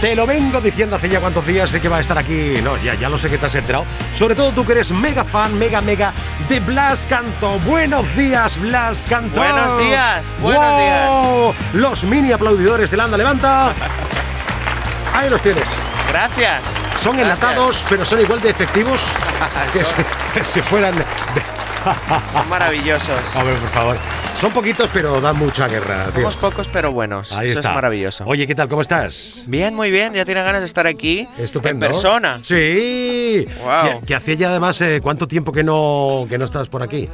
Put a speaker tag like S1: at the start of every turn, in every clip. S1: Te lo vengo diciendo hace ya cuántos días sé que va a estar aquí. No, ya, ya lo sé que te has enterado. Sobre todo tú que eres mega fan, mega, mega de Blas Canto. Buenos días, Blas Canto.
S2: Buenos días, buenos
S1: ¡Wow! Los mini aplaudidores de Landa Levanta. Ahí los tienes.
S2: Gracias.
S1: Son
S2: Gracias.
S1: enlatados, pero son igual de efectivos que si,
S2: Son-
S1: que si fueran. de-
S2: Son maravillosos.
S1: A ver, por favor. Son poquitos, pero dan mucha guerra, tío.
S2: Somos pocos pero buenos.
S1: Ahí
S2: Eso
S1: está.
S2: es maravilloso.
S1: Oye, ¿qué tal? ¿Cómo estás?
S2: Bien, muy bien. Ya tiene ganas de estar aquí.
S1: Estupendo.
S2: En persona.
S1: Sí.
S2: Guau.
S1: Que, que hacía ya además eh, cuánto tiempo que no, que no estás por aquí.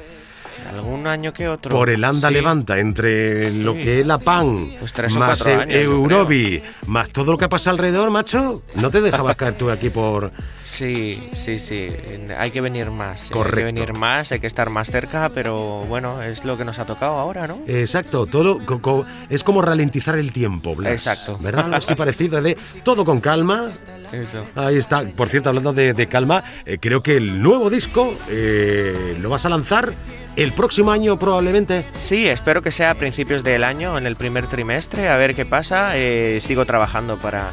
S2: Algún año que otro.
S1: Por el anda
S2: Sí.
S1: levanta, entre lo que es la PAN,
S2: Pues tres o
S1: más
S2: cuatro años, yo
S1: Eurobi, más todo lo que ha pasado alrededor, macho, no te dejabas caer tú aquí por...
S2: Sí, sí, sí. En- Hay que venir más. eh,
S1: Correcto.
S2: Hay que venir más, hay que estar más cerca, pero bueno, es lo que nos ha tocado ahora, ¿no?
S1: Exacto, todo co- co- es como ralentizar el tiempo, Blas.
S2: Exacto.
S1: ¿Verdad? Algo así parecido, de todo con calma.
S2: Eso.
S1: Ahí está. Por cierto, hablando de, de calma, eh, creo que el nuevo disco eh, lo vas a lanzar el próximo año probablemente.
S2: Sí, espero que sea a principios del año, en el primer trimestre, a ver qué pasa. Eh, sigo trabajando para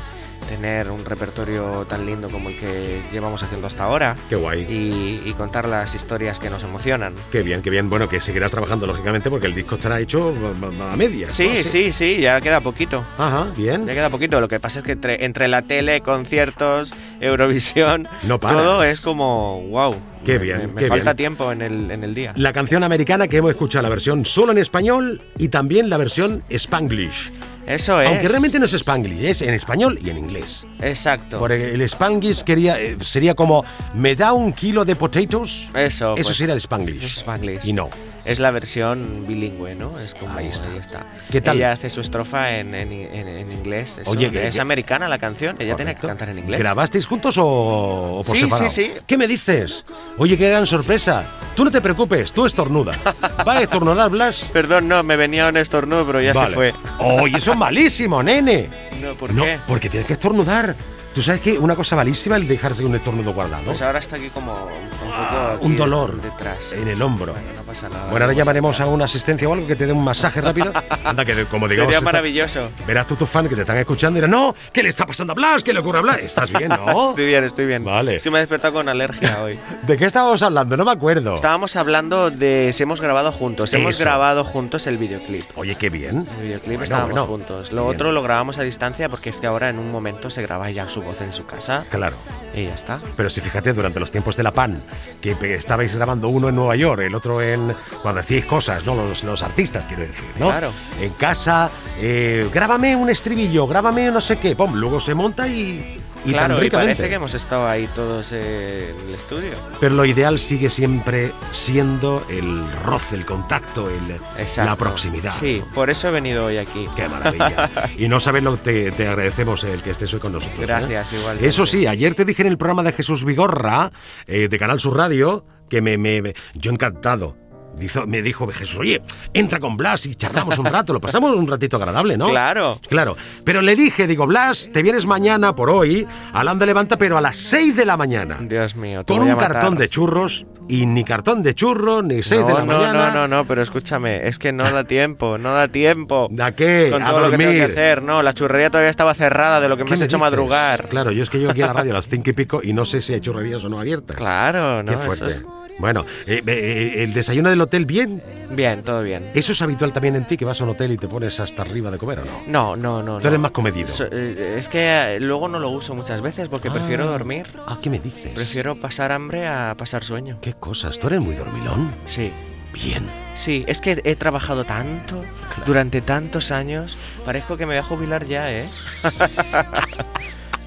S2: tener un repertorio tan lindo como el que llevamos haciendo hasta ahora
S1: Qué guay.
S2: y, y contar las historias que nos emocionan.
S1: Qué bien, qué bien. Bueno, que seguirás trabajando, lógicamente, porque el disco estará hecho a- a a medias. ¿no?
S2: Sí, sí, sí, ya queda poquito.
S1: Ajá,
S2: Ya
S1: bien.
S2: queda poquito. Lo que pasa es que entre, entre la tele, conciertos, Eurovisión,
S1: No paras.
S2: todo es como wow.
S1: Qué
S2: me-
S1: bien,
S2: Me, me
S1: qué
S2: falta
S1: bien.
S2: tiempo en el, en el día.
S1: La canción americana que hemos escuchado, la versión solo en español y también la versión spanglish.
S2: Eso Pues es.
S1: Aunque realmente e- no es spanglish, es en español y en inglés.
S2: Exacto.
S1: Porque el spanglish quería, eh, sería como, ¿me da un kilo de potatoes? Eso
S2: Eso, pues,
S1: sería el
S2: es
S1: spanglish.
S2: Spanglish.
S1: Y no.
S2: Es la versión bilingüe, ¿no? Es como
S1: Ahí está. ¿Qué
S2: ¿Qué
S1: tal?
S2: tal? Ella hace su estrofa en, en- en- en inglés. Eso,
S1: Oye, que-
S2: es
S1: que-
S2: americana la canción. Ella tenía que
S1: Correcto.
S2: cantar en inglés.
S1: ¿Grabasteis juntos o, o por
S2: Sí,
S1: separado?
S2: sí, sí.
S1: ¿Qué me dices? Oye, qué gran sorpresa. Tú no te preocupes, tú estornuda. Va a estornudar Blas
S2: Perdón, no, me venía un estornudo, pero ya
S1: Vale.
S2: se fue.
S1: Oye, eso es malísimo, nene.
S2: No, ¿por
S1: no,
S2: qué?
S1: porque tienes que estornudar. Tú sabes que una cosa malísima es el dejarse un estornudo guardado.
S2: Pues ahora está aquí como un, poco
S1: Ah,
S2: aquí
S1: un dolor
S2: detrás.
S1: en el hombro.
S2: Bueno, no pasa nada.
S1: Bueno, ahora
S2: vamos
S1: llamaremos
S2: a
S1: a
S2: estar.
S1: una asistencia o algo que te dé un masaje rápido. Anda, que como digamos.
S2: Sería
S1: está-
S2: maravilloso.
S1: Verás tú tus fans que te están escuchando y dirán, no, ¿qué le está pasando a Blas? ¿Qué le ocurre a Blas? ¿Estás bien, no?
S2: Estoy bien, estoy bien.
S1: Oh. Vale.
S2: Sí, me he despertado con alergia hoy.
S1: ¿De qué estábamos hablando? No me acuerdo.
S2: Estábamos hablando de si hemos grabado juntos. Hemos
S1: Eso.
S2: grabado juntos el videoclip.
S1: Oye, qué bien.
S2: El videoclip
S1: Bueno,
S2: estábamos
S1: bueno.
S2: juntos. Lo
S1: Bien.
S2: otro lo grabamos a distancia porque es que ahora en un momento se graba ya su voz en su casa
S1: Claro.
S2: y ya está.
S1: Pero si fíjate, durante los tiempos de la PAN, que pe- estabais grabando uno en Nueva York, el otro en. cuando hacíais cosas, ¿no? Los, los artistas, quiero decir, ¿no?
S2: Claro.
S1: En casa, eh, grábame un estribillo, grábame no sé qué, pum, luego se monta y. y
S2: claro,
S1: tan
S2: y parece
S1: ricamente.
S2: que hemos estado ahí todos eh, en el estudio.
S1: Pero lo ideal sigue siempre siendo el roce, el contacto, el,
S2: Exacto.
S1: la proximidad.
S2: Sí, por eso he venido hoy aquí.
S1: Qué maravilla. Y no sabes lo que te, te agradecemos el que estés hoy con nosotros. ¿eh?
S2: Gracias, igualmente.
S1: Eso sí, ayer te dije en el programa de Jesús Vigorra, eh, de Canal Sur Radio, que me, me- me- yo encantado. Dizo- me dijo Jesús, oye, entra con Blas y charlamos un rato, lo pasamos un ratito agradable, ¿no?
S2: Claro.
S1: Claro. Pero le dije, digo, Blas, te vienes mañana por hoy, Alanda levanta, pero a las 6 de la mañana.
S2: Dios mío, te
S1: Con
S2: voy a
S1: un
S2: matar.
S1: cartón de churros y ni cartón de churros, ni 6
S2: no,
S1: de la
S2: no,
S1: mañana.
S2: no, no, no, pero escúchame, es que no da tiempo, no da tiempo.
S1: ¿A qué?
S2: Con
S1: A
S2: todo lo que tengo que
S1: dormir.
S2: hacer, no, la churrería todavía estaba cerrada de lo que me
S1: ¿Qué
S2: has
S1: me
S2: hecho
S1: dices?
S2: madrugar.
S1: Claro, yo es que yo aquí a la radio a las cinco y pico y no sé si hay churrerías o no abiertas.
S2: Claro, no,
S1: Qué
S2: eso
S1: fuerte.
S2: es-
S1: Bueno, eh, eh, el desayuno del hotel, bien.
S2: Bien, todo bien.
S1: ¿Eso es habitual también en ti, que vas a un hotel y te pones hasta arriba de comer o no?
S2: No, no, no.
S1: Tú eres
S2: no.
S1: más comedido.
S2: So- eh, es que eh, luego no lo uso muchas veces porque prefiero
S1: Ah.
S2: dormir.
S1: Ah, ¿qué me dices?
S2: Prefiero pasar hambre a pasar sueño.
S1: ¿Qué cosas? ¿Tú eres muy dormilón?
S2: Sí.
S1: Bien.
S2: Sí, es que he trabajado tanto, durante tantos años, parezco que me voy a jubilar ya, ¿eh?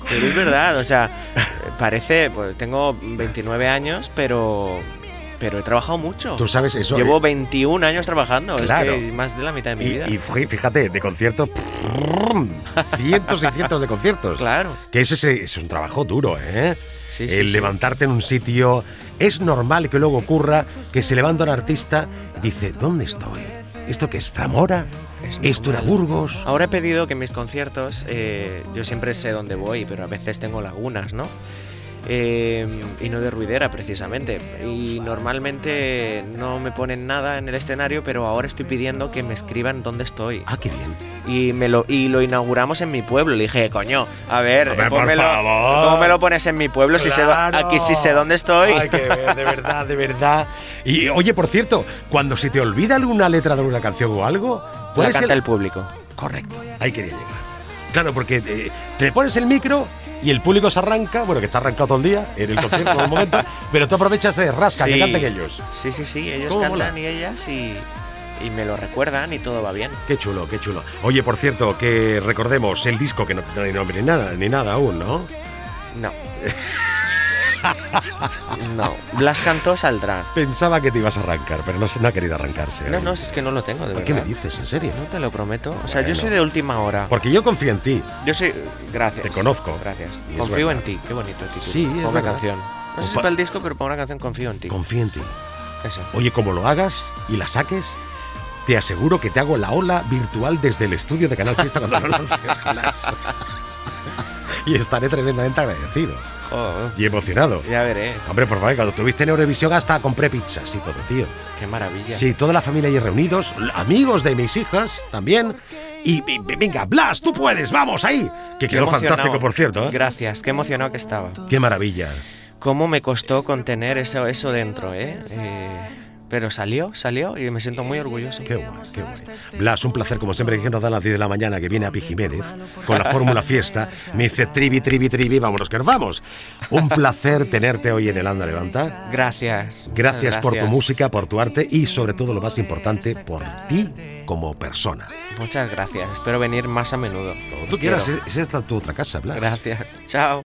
S2: pero es verdad, o sea, parece, pues tengo 29 años, pero pero he trabajado mucho.
S1: Tú sabes eso.
S2: Oh, Llevo 21 años trabajando,
S1: Claro.
S2: es que más de la mitad de mi
S1: y,
S2: vida.
S1: y fí- fíjate, de conciertos, cientos y cientos de conciertos.
S2: Claro,
S1: Que ese, ese es un trabajo duro, ¿eh?
S2: sí, sí,
S1: el
S2: sí.
S1: levantarte en un sitio. Es normal que luego ocurra que se levanta un artista y dice, ¿dónde estoy? ¿Esto que es Zamora?
S2: Es
S1: ¿Esto era
S2: normal.
S1: Burgos?
S2: Ahora he pedido que en mis conciertos, eh, yo siempre sé dónde voy, pero a veces tengo lagunas, ¿no? Eh, y no de ruidera, precisamente. Y normalmente no me ponen nada en el escenario, pero ahora estoy pidiendo que me escriban dónde estoy.
S1: Ah, qué bien.
S2: y, me lo, y lo inauguramos en mi pueblo. Le dije, coño, a ver,
S1: Hombre, por
S2: pónmelo-
S1: favor.
S2: ¿cómo me lo pones en mi pueblo? Si sé,
S1: Claro.
S2: aquí sí sé dónde estoy.
S1: Ay, qué bien, de verdad, de verdad. Y oye, por cierto, cuando se te olvida alguna letra de una canción o algo,
S2: La
S1: puedes
S2: canta el público.
S1: Correcto, ahí quería llegar. Claro, porque eh, te pones el micro y el público se arranca, bueno, que está arrancado todo el día, en el concierto en el momento, pero tú aprovechas de rasca, que
S2: Sí.
S1: canten ellos.
S2: Sí, sí, sí, ellos
S1: ¿Cómo
S2: cantan
S1: mola?
S2: y ellas y, y me lo recuerdan y todo va bien.
S1: Qué chulo, qué chulo. Oye, por cierto, que recordemos el disco que no tiene nombre ni nada, ni nada aún, ¿no?
S2: No. No, Blas Cantó saldrá.
S1: Pensaba que te ibas a arrancar, pero no, se- no ha querido arrancarse.
S2: No,
S1: hoy.
S2: no, es que no lo tengo, de
S1: ¿Por qué me
S2: verdad.
S1: dices? ¿En serio?
S2: No te lo prometo. O sea,
S1: Bueno.
S2: yo soy de última hora.
S1: Porque yo confío en ti.
S2: Yo soy. Gracias.
S1: Te conozco.
S2: Gracias.
S1: Y es
S2: Confío
S1: verdad.
S2: en ti. Qué bonito el título.
S1: Sí, es
S2: Para una
S1: verdad.
S2: canción. No sé si
S1: Opa.
S2: para el disco, pero para una canción confío en ti.
S1: Confío en ti.
S2: Eso.
S1: Oye, como lo hagas y la saques, te aseguro que te hago la ola virtual desde el estudio de Canal Fiesta cuando lo lances, Jonás. Y estaré tremendamente agradecido
S2: Joder,
S1: y emocionado.
S2: Oh, ya veré.
S1: Hombre, por favor, cuando tuviste en Eurovisión hasta compré pizzas y todo, tío.
S2: Qué maravilla.
S1: Sí, toda la familia ahí reunidos, l- amigos de mis hijas también. Y, y- y venga, Blas, tú puedes, vamos ahí. Que
S2: Qué
S1: quedó
S2: emocionado.
S1: fantástico, por cierto. ¿eh?
S2: Gracias, qué emocionado que estaba.
S1: Qué maravilla.
S2: Cómo me costó contener eso, eso dentro, ¿eh? Eh, Pero salió, salió y me siento muy orgulloso.
S1: Qué guay, qué guay. Blas, un placer, como siempre, que nos da las 10 de la mañana, que viene a Jiménez con la Fórmula Fiesta. Me dice trivi, trivi, trivi, vámonos que nos vamos. Un placer tenerte hoy en el Anda Levanta.
S2: Gracias. muchas
S1: Gracias por tu música, por tu arte y, sobre todo, lo más importante, por ti como persona.
S2: Muchas gracias. Espero venir más a menudo.
S1: Cuando
S2: Os
S1: tú quieras,
S2: Pues
S1: ¿eh?
S2: quiero.
S1: es es esta tu otra casa, Blas.
S2: Gracias. Chao.